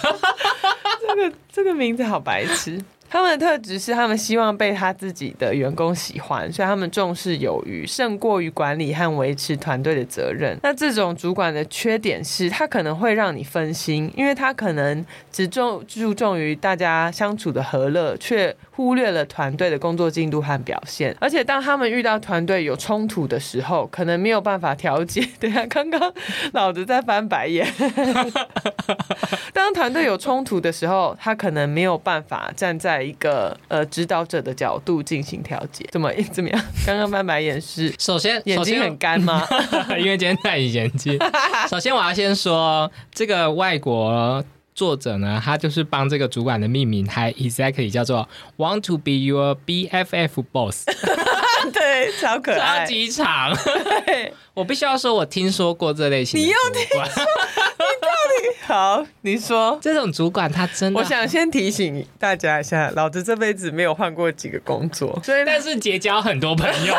Speaker 1: 这个这个名字好白痴。他们的特质是，他们希望被他自己的员工喜欢，所以他们重视有余，胜过于管理和维持团队的责任。那这种主管的缺点是，他可能会让你分心，因为他可能只重注重于大家相处的和乐，却忽略了团队的工作进度和表现。而且当他们遇到团队有冲突的时候，可能没有办法调解。 对啊，刚刚老子在翻白眼。当团队有冲突的时候，他可能没有办法站在一个呃指导者的角度进行调解。怎么 怎么样？刚刚翻白眼是
Speaker 2: 首先，
Speaker 1: 眼
Speaker 2: 首
Speaker 1: 睛
Speaker 2: 先
Speaker 1: 很干吗？
Speaker 2: 因为今天戴隐形眼镜。首先，我要先说这个外国作者呢，他就是帮这个主管的命名，还 exactly 叫做 “want to be your BFF boss”，
Speaker 1: 哎对，超可
Speaker 2: 超
Speaker 1: 爱。
Speaker 2: 级长。
Speaker 1: 对
Speaker 2: 我必须要说，我听说过这类型的
Speaker 1: 你又
Speaker 2: 主管，
Speaker 1: 好，你说。
Speaker 2: 这种主管他真的，
Speaker 1: 我想先提醒大家一下，老子这辈子没有换过几个工作， 所以
Speaker 2: 但是结交很多朋 友。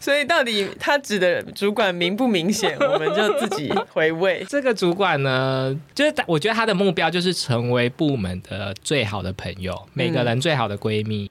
Speaker 1: 所以到底他指的主管明不明显，我们就自己回味。
Speaker 2: 这个主管呢，就是他我觉得他的目标就是成为部门的最好的朋友，每个人最好的闺蜜。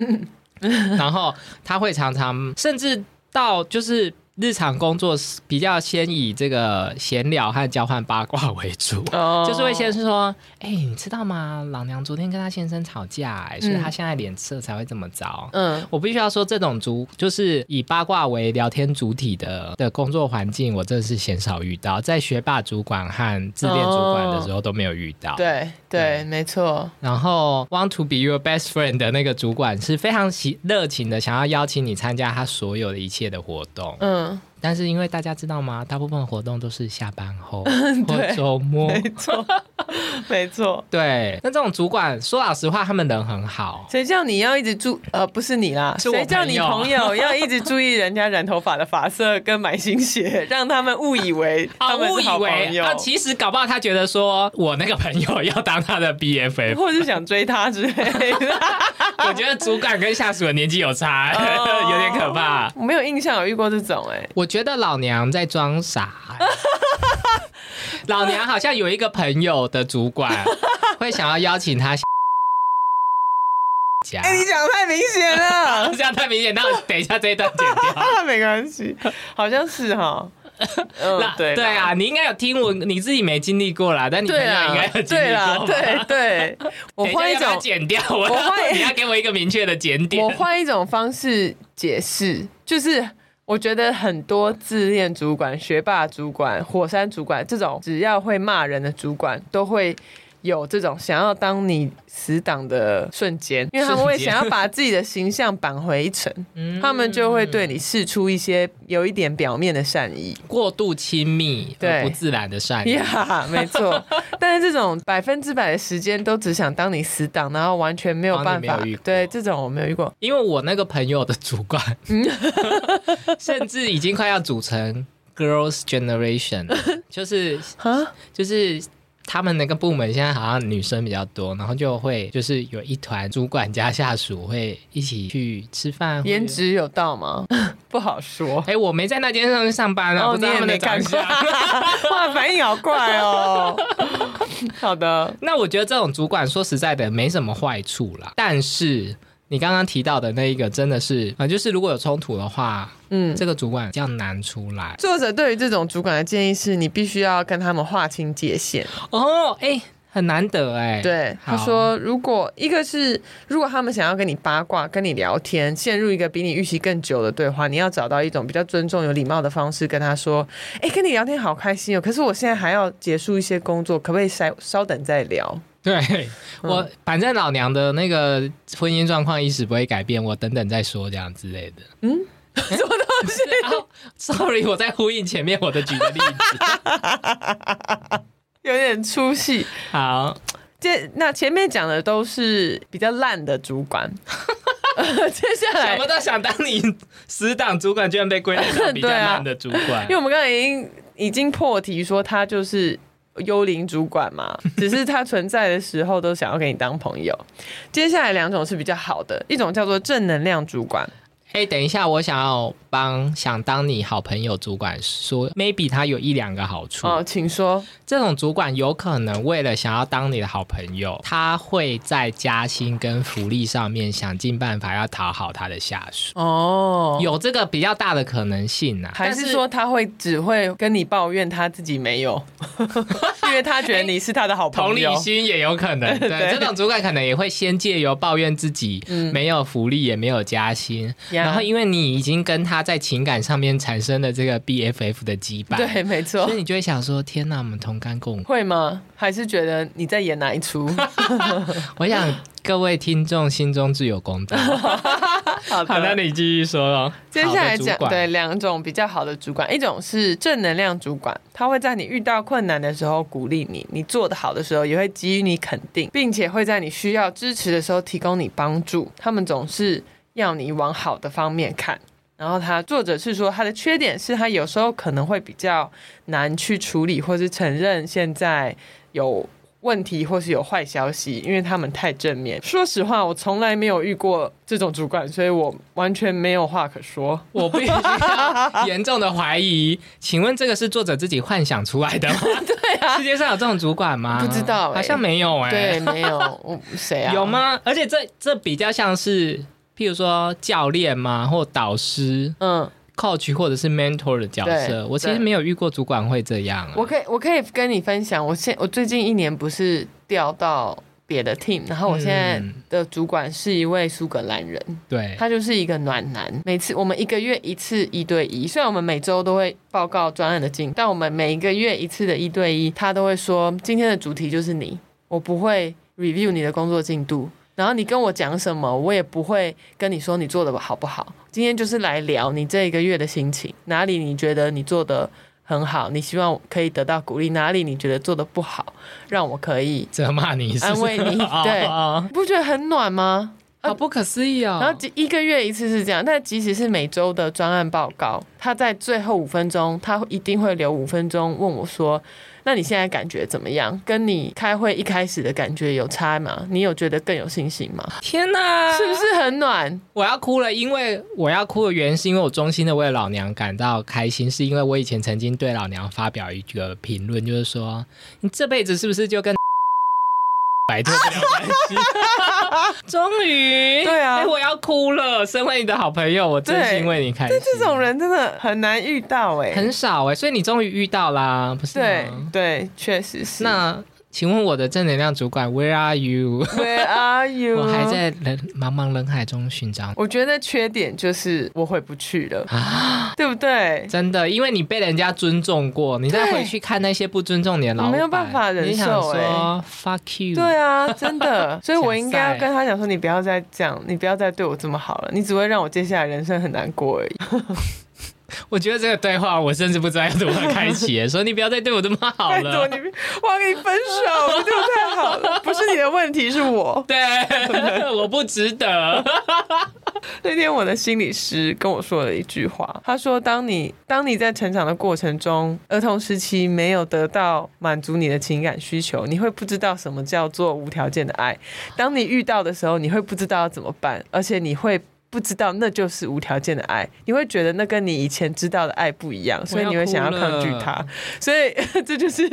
Speaker 2: 然后他会常常甚至到就是。日常工作比较先以这个闲聊和交换八卦为主，
Speaker 1: 哦
Speaker 2: 就是会先说，哎、你知道吗？老娘昨天跟她先生吵架、哎所以她现在脸色才会这么糟。
Speaker 1: 嗯
Speaker 2: 我必须要说，这种主就是以八卦为聊天主体的的工作环境，我真的是鲜少遇到，在学霸主管和自恋主管的时候都没有遇到。，
Speaker 1: 哦对对，
Speaker 2: 对
Speaker 1: 没错，
Speaker 2: 然后 want to be your best friend 的那个主管是非常喜热情的，想要邀请你参加他所有的一切的活动。
Speaker 1: 嗯，
Speaker 2: 但是因为大家知道吗？大部分活动都是下 班后或周末。
Speaker 1: 没错，哦 没错。
Speaker 2: 对，那这种主管说老实话，他们人很好。
Speaker 1: 谁叫你要一直注呃，不是你啦，
Speaker 2: 是我
Speaker 1: 谁叫你朋
Speaker 2: 朋
Speaker 1: 友 要一直注意人家染头发的发色跟买新鞋， 让他们误以为他
Speaker 2: 啊，
Speaker 1: 们
Speaker 2: 误
Speaker 1: 是
Speaker 2: 以
Speaker 1: 好朋
Speaker 2: 为
Speaker 1: 友，
Speaker 2: 啊，其实搞不好他觉得说我那个朋友要当他的 BFF，
Speaker 1: 或者是想追他之类的。
Speaker 2: 我觉得主管跟下属的年纪有差，
Speaker 1: 哦
Speaker 2: 有点可怕。
Speaker 1: 我没有印象有遇过这种 哎、
Speaker 2: 我觉得老娘在装傻。 老娘好像有一个朋友的主 管会想要邀请他 家，
Speaker 1: 哎、你讲的太明显了。
Speaker 2: 这样太明显。那我等一下这一段剪掉。
Speaker 1: 啊，没关系，好像是哈。嗯
Speaker 2: 那，
Speaker 1: 对
Speaker 2: 对
Speaker 1: 啦
Speaker 2: 啊，，你应该有听我，你自己没经历过啦，啊但你朋友
Speaker 1: 对
Speaker 2: 应该
Speaker 1: 啦
Speaker 2: 有，经
Speaker 1: 对
Speaker 2: 历
Speaker 1: 啦
Speaker 2: 过，吧。
Speaker 1: 对对，我
Speaker 2: 等下
Speaker 1: 换一
Speaker 2: 要不要
Speaker 1: 种，
Speaker 2: 剪掉，我
Speaker 1: 我
Speaker 2: 要
Speaker 1: 换
Speaker 2: 你要给我一个明确的检点
Speaker 1: 我。换一种方式解释，就是我觉得很多自恋主管、学霸主管、火山主管这种只要会骂人的主管，都会有这种想要当你死党的瞬间， 因为他们会
Speaker 2: 瞬间
Speaker 1: 想要把自己的形象扳回一城，
Speaker 2: 嗯
Speaker 1: 他们就会对你示出一些有一点表面的善 意。
Speaker 2: 过度亲密
Speaker 1: 对
Speaker 2: 而不自然的善意。
Speaker 1: 呀 没错。但是这种百分之百的时间都只想当你死党，然后完全没有
Speaker 2: 哦你
Speaker 1: 办
Speaker 2: 没
Speaker 1: 法
Speaker 2: 有遇。过
Speaker 1: 对，这种我没有遇过。
Speaker 2: 因为我那个朋友的主管，
Speaker 1: 嗯
Speaker 2: 甚至已经快要组成 Girls Generation，了就是
Speaker 1: 啊，
Speaker 2: 就是他们那个部门现在好像女生比较多，然后就会就是有一团主管加下属会一起去吃饭。
Speaker 1: 颜
Speaker 2: 或者
Speaker 1: 值有到 吗？不好说。
Speaker 2: 哎、我没在那间上上班啊，不知
Speaker 1: 哦你
Speaker 2: 道
Speaker 1: 也
Speaker 2: 他们的
Speaker 1: 没
Speaker 2: 长
Speaker 1: 看过，
Speaker 2: 相。
Speaker 1: 哇，反应好快哦。好的，
Speaker 2: 那我觉得这种主管说实在的没什么坏处啦，但是你刚刚提到的那一个真的是啊、呃就是如果有冲突的话，
Speaker 1: 嗯。
Speaker 2: 这个主管比较难出来。
Speaker 1: 作者对于这种主管的建议是，你必须要跟他们划清界限。
Speaker 2: 哦，哎、很难得哎、
Speaker 1: 对，他
Speaker 2: 好
Speaker 1: 说，如果一个是如果他们想要跟你八卦、跟你聊天，陷入一个比你预期更久的对话，你要找到一种比较尊重、有礼貌的方式跟他说：“哎、跟你聊天好开心哦，可是我现在还要结束一些工作，可不可以稍稍等再 聊
Speaker 2: 对
Speaker 1: 嗯
Speaker 2: 我，反正老娘的那个婚姻状况一时不会改变，我等等再说这样之类 的。嗯，什么东西、s o r r y 我在呼应前面我的举的 例子。？”
Speaker 1: 有点出戏。
Speaker 2: 好，
Speaker 1: 这那前面讲的都是比较烂的主 管， 接下来
Speaker 2: 想不到想当你死党主管，居然被归类成比较
Speaker 1: 对啊
Speaker 2: 烂的主管
Speaker 1: 因为。我们刚才已经已经破题说他就是幽灵主管 嘛，只是他存在的时候都想要跟你当朋友。接下来两种是比较好的，一种叫做正能量主管，
Speaker 2: 哎、等一下，我想要帮想当你好朋友主管说，maybe 他有一两个好处。
Speaker 1: 哦，请说，
Speaker 2: 这种主管有可能为了想要当你的好朋友，他会在加薪跟福利上面想尽办法要讨好他的下属，
Speaker 1: 哦。
Speaker 2: 有这个比较大的可能性啊。
Speaker 1: 还
Speaker 2: 但
Speaker 1: 是说他会只会跟你抱怨他自己没 有，因为他觉得你是他的好
Speaker 2: 哎同
Speaker 1: 朋
Speaker 2: 理
Speaker 1: 友。
Speaker 2: 心也有可能，对
Speaker 1: 对嗯
Speaker 2: 这种主管可能也会先借由抱怨自己没有福利也没有加薪，
Speaker 1: 呀
Speaker 2: 然后因为你已经跟他在情感上面产生了这个 BFF 的羁 绊，
Speaker 1: 对，没错
Speaker 2: 所以，你就会想说：天哪，我们同甘共苦。
Speaker 1: 会吗？还是觉得你在演哪一出？
Speaker 2: 我想各位听众心中自有公 道。
Speaker 1: 好
Speaker 2: 好，那你继续说喽。
Speaker 1: 接下来
Speaker 2: 好的
Speaker 1: 讲
Speaker 2: 主管
Speaker 1: 对两种比较好的主管，一种是呃正能量主管，他会在你遇到困难的时候鼓励你，你做得好的时候也会给予你肯定，并且会在你需要支持的时候提供你帮助。他们总是要你往好的方面看。然后他作者是说，他的缺点是他有时候可能会比较难去处理，或是承认现在有问题或是有坏消息，因为他们太正面。说实话，我从来没有遇过这种主管，所以我完全没有话可说。
Speaker 2: 我必须要严重的怀疑，请问这个是作者自己幻想出来的 吗？对啊，世界上有这种主管吗？
Speaker 1: 不知道欸
Speaker 2: 好像没有哎、
Speaker 1: 对，没有，我谁啊？
Speaker 2: 有？吗？而且这这比较像是譬如说教练嘛，或导师、
Speaker 1: 嗯，
Speaker 2: coach 或者是 mentor 的角
Speaker 1: 对
Speaker 2: 色，我其实
Speaker 1: 对
Speaker 2: 没有遇过主管会这样、啊。
Speaker 1: 我可以我可以跟你分享，我现我最近一年不是调到别的 team，然后我现在
Speaker 2: 嗯
Speaker 1: 的主管是一位苏格兰人，
Speaker 2: 对，
Speaker 1: 他就是一个暖男。每次我们一个月一次一对一，虽然我们每周都会报告专案的进度，但我们每一个月一次的一对一，他都会说今天的主题就是你，我不会 review 你的工作进度。然后你跟我讲什么，我也不会跟你说你做的好不好。今天就是来聊你这一个月的心情，哪里你觉得你做的很好，你希望可以得到鼓励；哪里你觉得做的不好，让我可以
Speaker 2: 责骂你是
Speaker 1: 安
Speaker 2: 不是
Speaker 1: 慰你对
Speaker 2: 哦哦
Speaker 1: 你不觉得很暖吗？
Speaker 2: 哦好不可思议哦。
Speaker 1: 然后即一个月一次是这样，但即使是每周的专案报告，他在最后五分钟，他一定会留五分钟问我说：“那你现在感觉怎么样？跟你开会一开始的感觉有差吗？你有觉得更有信心吗？
Speaker 2: 天哪，
Speaker 1: 是不是很暖？
Speaker 2: 我要哭了？因为我要哭的原因是因为我衷心的为老娘感到开心，是因为我以前曾经对老娘发表一个评论，就是说你这辈子是不是就跟 摆脱没有关系？ 终于，
Speaker 1: 对啊
Speaker 2: 哎我要哭了。身为你的好朋友，我真心为你开心。
Speaker 1: 这种人真的很难遇到哎、
Speaker 2: 很少哎、所以你终于遇到啦，不是
Speaker 1: 对
Speaker 2: 吗？
Speaker 1: 对，确实是。
Speaker 2: 那请问我的正能量主管，Where are you？
Speaker 1: Where are you？
Speaker 2: 我还。在人茫茫人海中寻找你。
Speaker 1: 我觉得缺点就是我回不去 了，对不对？
Speaker 2: 真的，因为你被人家尊重过，你再
Speaker 1: 对
Speaker 2: 回去看那些不尊重你的老
Speaker 1: 我
Speaker 2: 板，
Speaker 1: 没有办法忍受欸
Speaker 2: 你想说 fuck you，
Speaker 1: 对啊，真 的，所以我应该要
Speaker 2: 想晒
Speaker 1: 跟他讲说，你不要再这样，你不要再对我这么好了，你只会让我接下来人生很难过而已。
Speaker 2: 我觉得这个对话我甚至不知道要怎么开 启，说你不要再对我这么好
Speaker 1: 拜托
Speaker 2: 了。
Speaker 1: 你，我要跟你分手，你对我太好了，不是你的问题，是我。
Speaker 2: 对， 我不值得。
Speaker 1: 那天我的心理师跟我说了一句话，他说：“当你当你在成长的过程中，儿童时期没有得到满足你的情感需求，你会不知道什么叫做无条件的爱。当你遇到的时候，你会不知道要怎么办，而且你会。”不知道那就是无条件的爱，你会觉得那跟你以前知道的爱不一样，所以你会想要抗拒它。所以 这就是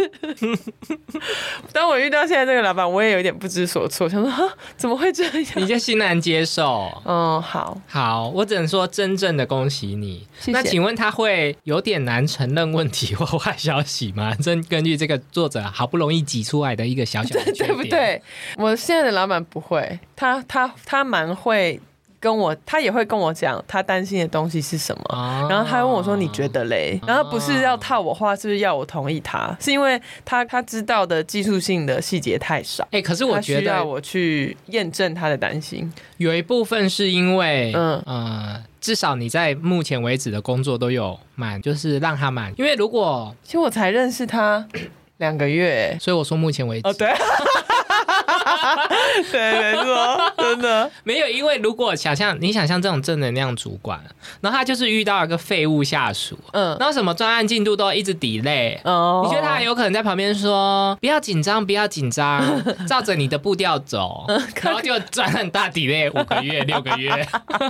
Speaker 1: 当我遇到现在这个老板，我也有点不知所措，想说哈怎么会这
Speaker 2: 你
Speaker 1: 样？
Speaker 2: 就欣然接受。
Speaker 1: 嗯，好，
Speaker 2: 好，我只能说真正的恭喜你。
Speaker 1: 谢谢
Speaker 2: 那请问他会有点难承认问题或坏消息吗？ 真根据这个作者好不容易挤出来的一个小小的缺点，
Speaker 1: 对不？对？我现在的老板不会，他他他蛮会跟我，他也会跟我讲他担心的东西是什么。
Speaker 2: 啊
Speaker 1: 然后他还问我说：“你觉得嘞？”然后不是要套我话，是不是要我同意他？是因为他他知道的技术性的细节太少，
Speaker 2: 哎、可是我
Speaker 1: 他
Speaker 2: 觉
Speaker 1: 需要
Speaker 2: 得
Speaker 1: 我去验证他的担心。
Speaker 2: 有一部分是因为，
Speaker 1: 嗯
Speaker 2: 嗯呃，至少你在目前为止的工作都有满，就是让他满。因为如果，
Speaker 1: 其实我才认识他 两个月，
Speaker 2: 所以我说目前为止、
Speaker 1: 哦， 对，对，没错，真的，
Speaker 2: 没有，因为如果想象你想象这种正能量主管，然后他就是遇到一个废物下属，
Speaker 1: 嗯，
Speaker 2: 然后什么专案进度都一直 delay，
Speaker 1: 哦
Speaker 2: 你觉得他有可能在旁边说：“不要紧张，不要紧张， 照着你的步调走。”
Speaker 1: 嗯
Speaker 2: 然后就转很大底嘞，五个月、六个 月，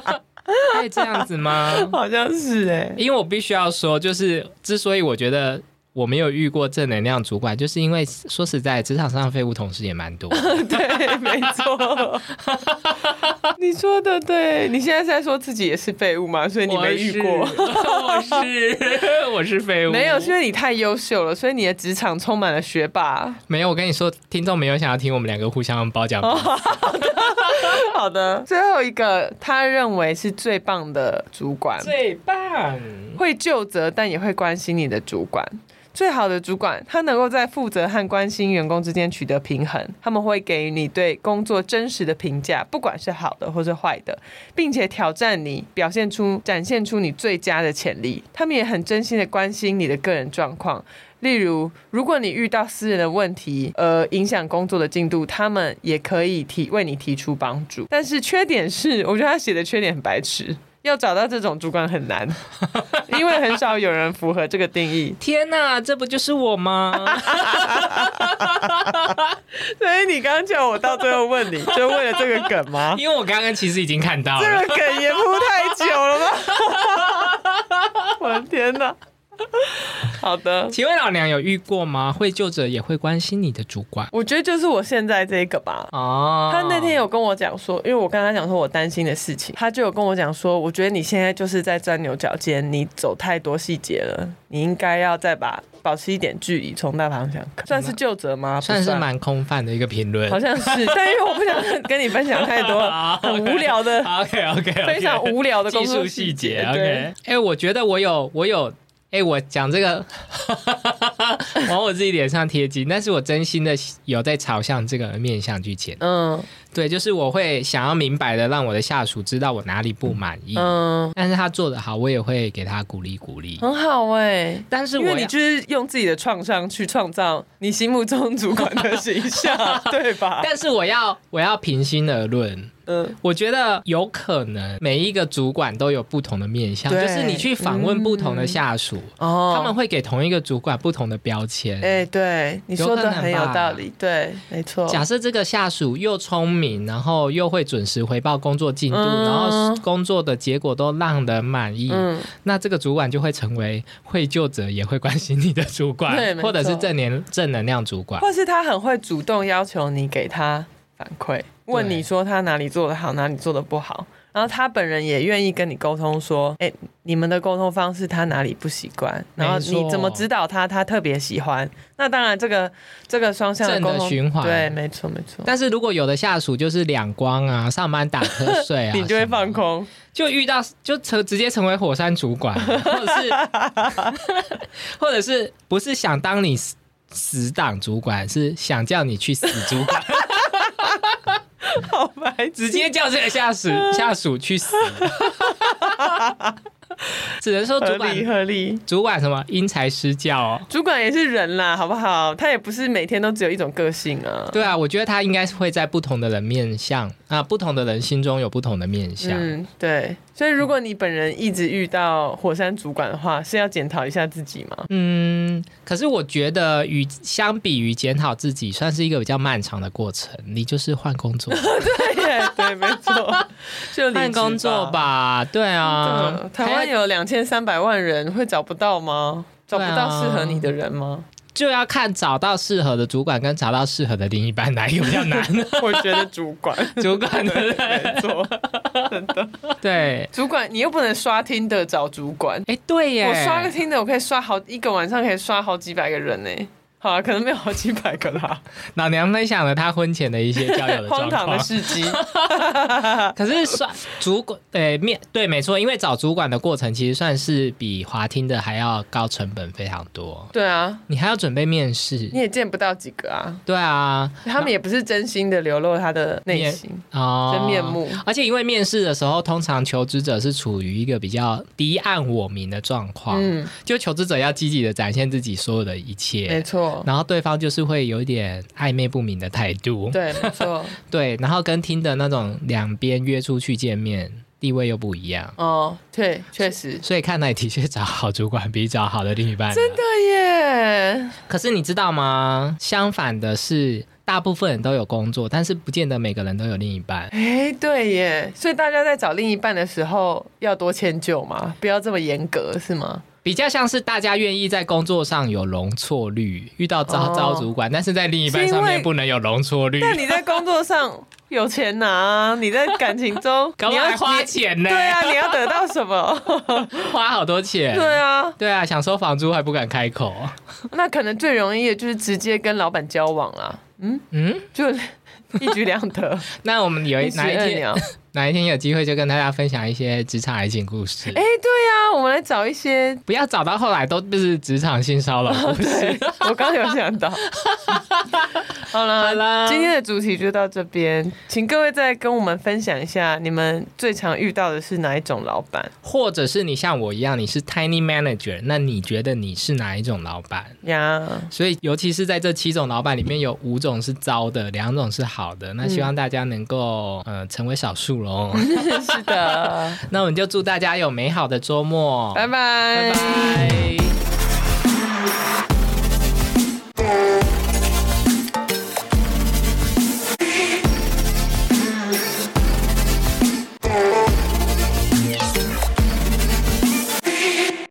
Speaker 2: 可以这样子吗？
Speaker 1: 好像是哎、
Speaker 2: 因为我必须要说，就是之所以我觉得我没有遇过正能量主管，就是因为说实在，职场上的废物同事也蛮多。
Speaker 1: 对，没错，你说的对。你现在是在说自己也是废物吗？所以 你没遇过？
Speaker 2: 我是，我是 我是废物，
Speaker 1: 没有，是因为你太优秀了，所以你的职场充满了学霸。
Speaker 2: 没有。我跟你说，听众没有想要听我们两个互相褒奖。
Speaker 1: 好的，最后一个他认为是最棒的主管，
Speaker 2: 最棒，
Speaker 1: 会就责但也会关心你的主管。最好的主管，他能够在负责和关心员工之间取得平衡。他们会给予你对工作真实的评价，不管是好的或是坏的，并且挑战你，表现出展现出你最佳的潜力。他们也很真心的关心你的个人状况。例如，如果你遇到私人的问题，呃，影响工作的进度，他们也可以提为你提出帮助。但是缺点是，我觉得他写的缺点很白痴，要找到这种主管很难。 因为很少有人符合这个定义，
Speaker 2: 天哪，这不就是我吗？
Speaker 1: 所以你刚刚叫我到最后问你，就为了这个梗吗？
Speaker 2: 因为我刚刚其实已经看 到
Speaker 1: 这
Speaker 2: 了。
Speaker 1: 个梗 也铺太久了吧？我的天哪！好的，
Speaker 2: 请问老娘有遇过吗？会就者也会关心你的主管
Speaker 1: 我觉得就是我现在这个吧。
Speaker 2: 哦。
Speaker 1: 他那天有跟我讲说，因为我跟他讲说我担心的事情，他就有跟我讲说，我觉得你现在就是在钻牛角尖，你走太多细节了，你应该要再把保持一点距离，从大方向看，算是就责吗？不
Speaker 2: 算是蛮空泛的一个评论，
Speaker 1: 好像 是，但因为我不想跟你分享太多很无聊的、
Speaker 2: OK OK，
Speaker 1: 非常无 聊的
Speaker 2: 技
Speaker 1: 工作
Speaker 2: 术细节。OK，
Speaker 1: 对
Speaker 2: 哎、我觉得我有我有。哎、我讲这个 往我自己脸上贴金，但是我真心的有在朝向这个面向去前。
Speaker 1: 嗯
Speaker 2: 对，就是我会想要明白的让我的下属知道我哪里不满意，
Speaker 1: 嗯，
Speaker 2: 但是他做的好，我也会给他鼓励鼓励。
Speaker 1: 很好哎、
Speaker 2: 但是
Speaker 1: 因
Speaker 2: 我
Speaker 1: 为
Speaker 2: 要
Speaker 1: 你就是用自己的创伤去创造你心目中主管的形 象，对吧？
Speaker 2: 但是我要我要平心而论，
Speaker 1: 嗯，
Speaker 2: 我觉得有可能每一个主管都有不同的面向，
Speaker 1: 对
Speaker 2: 就是你去访问不同的下属，
Speaker 1: 哦
Speaker 2: 他们会给同一个主管不同的标签。
Speaker 1: 哎、对，你
Speaker 2: 有
Speaker 1: 说
Speaker 2: 可
Speaker 1: 的
Speaker 2: 能
Speaker 1: 很有
Speaker 2: 吧
Speaker 1: 道理，对，没错。
Speaker 2: 假设这个下属又聪明，然后又会准时回报工作进度，
Speaker 1: 嗯
Speaker 2: 然后工作的结果都让人满意，
Speaker 1: 嗯，
Speaker 2: 那这个主管就会成为会救者，也会关心你的主
Speaker 1: 对
Speaker 2: 管，
Speaker 1: 没错
Speaker 2: 或者是正能正能量主管。
Speaker 1: 或是他很会主动要求你给他反馈，问
Speaker 2: 对
Speaker 1: 你说他哪里做的好，哪里做的不好，然后他本人也愿意跟你沟通说，哎、你们的沟通方式他哪里不习惯，然后
Speaker 2: 没错
Speaker 1: 你怎么指导他，他特别喜欢。那当然、这个这个双向的
Speaker 2: 正的
Speaker 1: 沟通
Speaker 2: 循环
Speaker 1: 对，没错没错，
Speaker 2: 但是如果有的下属就是两光啊，上班打瞌睡啊，
Speaker 1: 你就会放空。
Speaker 2: 就遇到就成直接成为火山主管，啊或者是 或者是不是想当你死死党主管，是想叫你去死主管，
Speaker 1: 好白痴，
Speaker 2: 直接叫这个 下属下属去死， 只能说主
Speaker 1: 合
Speaker 2: 管
Speaker 1: 理合理。
Speaker 2: 主管什么因材施教哦。
Speaker 1: 主管也是人啦，好不好？他也不是每天都只有一种个性啊。
Speaker 2: 对啊，我觉得他应该是会在不同的人面相啊，不同的人心中有不同的面相。
Speaker 1: 嗯，对。所以如果你本人一直遇到火山主管的话，是要检讨一下自己 吗？
Speaker 2: 嗯，可是我觉得与相比于检讨自己，算是一个比较漫长的过程。你就是换 工作，
Speaker 1: 对耶，对，没 错，就离职
Speaker 2: 换工作。吧，对啊
Speaker 1: 嗯，，台湾
Speaker 2: 还
Speaker 1: 有两千三百万人，会找不到吗？找不到适合你的人吗？
Speaker 2: 就要看找到适合的主管跟找到适合的另一半哪一个比较难。
Speaker 1: 我觉得主管，
Speaker 2: 主管的
Speaker 1: 对， 没错，真的。
Speaker 2: 对，
Speaker 1: 主管，你又不能刷听的找主管。
Speaker 2: 哎，对耶，
Speaker 1: 我刷个听的，我可以刷好一个晚上，可以刷好几百个人呢。好啊，可能没有好几百个啦，
Speaker 2: 老娘分享了她婚前的一些交 友的
Speaker 1: 荒
Speaker 2: 状
Speaker 1: 唐
Speaker 2: 况
Speaker 1: 的。事迹。
Speaker 2: 可是刷主管，对面对没错，因为找主管的过程其实算是比滑听的还要高成本非常多，
Speaker 1: 对啊，
Speaker 2: 你还要准备面试
Speaker 1: 你。也见不到几个啊，
Speaker 2: 对啊，
Speaker 1: 他们也不是真心的流露他的内心
Speaker 2: 哦，
Speaker 1: 真面目。
Speaker 2: 而且因为面试的时候，通常求职者是处于一个比较敌暗我明的状况，
Speaker 1: 嗯，
Speaker 2: 就求职者要积极的展现自己所有的一
Speaker 1: 没
Speaker 2: 切，
Speaker 1: 错，
Speaker 2: 然后对方就是会有一点暧昧不明的态度，
Speaker 1: 对，没 错。
Speaker 2: 对然后跟听的那种两边约出去见面地位又不一样，
Speaker 1: 哦，对，确实，
Speaker 2: 所以看来的确找好主管比找好的另一半真的。
Speaker 1: 对耶，
Speaker 2: 可是你知道吗？相反的是，大部分人都有工作，但是不见得每个人都有另一半。
Speaker 1: 哎，对耶。所以大家在找另一半的时候要多迁就嘛，不要这么严格，是吗？
Speaker 2: 比较像是大家愿意在工作上有容错率，遇到糟
Speaker 1: 哦
Speaker 2: 糟主管，但是在另一半
Speaker 1: 是因
Speaker 2: 上面
Speaker 1: 为
Speaker 2: 不能有容错率，
Speaker 1: 但你在工作上有钱拿啊，你在感情中
Speaker 2: 搞
Speaker 1: 你
Speaker 2: 不好
Speaker 1: 要
Speaker 2: 还花。钱
Speaker 1: 你
Speaker 2: 呢、
Speaker 1: 对啊，你要得到什 么？
Speaker 2: 花好多钱。
Speaker 1: 对啊，
Speaker 2: 对啊，想收房租还不敢开口。
Speaker 1: 那可能最容易的就是直接跟老板交往啦，
Speaker 2: 嗯，
Speaker 1: 就 一举两得，
Speaker 2: 那我们有一
Speaker 1: 一石
Speaker 2: 哎哪一
Speaker 1: 二
Speaker 2: 天
Speaker 1: 鸟。
Speaker 2: 哪一天有机会就跟大家分享一些职场爱情故事。
Speaker 1: 哎、对呀、我们来找一些。
Speaker 2: 不要找到后来都是职场性骚扰 故事。
Speaker 1: 我刚刚有想 到，好了
Speaker 2: 好啦
Speaker 1: 今天的主题就到这边，请各位再跟我们分享一下你们最常遇到的是哪一种老板
Speaker 2: 或者是你像我一样，你是 tiny manager，那你觉得你是哪一种老板？
Speaker 1: 呀？
Speaker 2: 所以，尤其是在这七种老板里面，有五种是糟的，两种是好
Speaker 1: 嗯
Speaker 2: 的。那希望大家能够、呃成为少数 喽。
Speaker 1: 是的，
Speaker 2: 那我们就祝大家有美好的周末，
Speaker 1: 拜拜
Speaker 2: 拜拜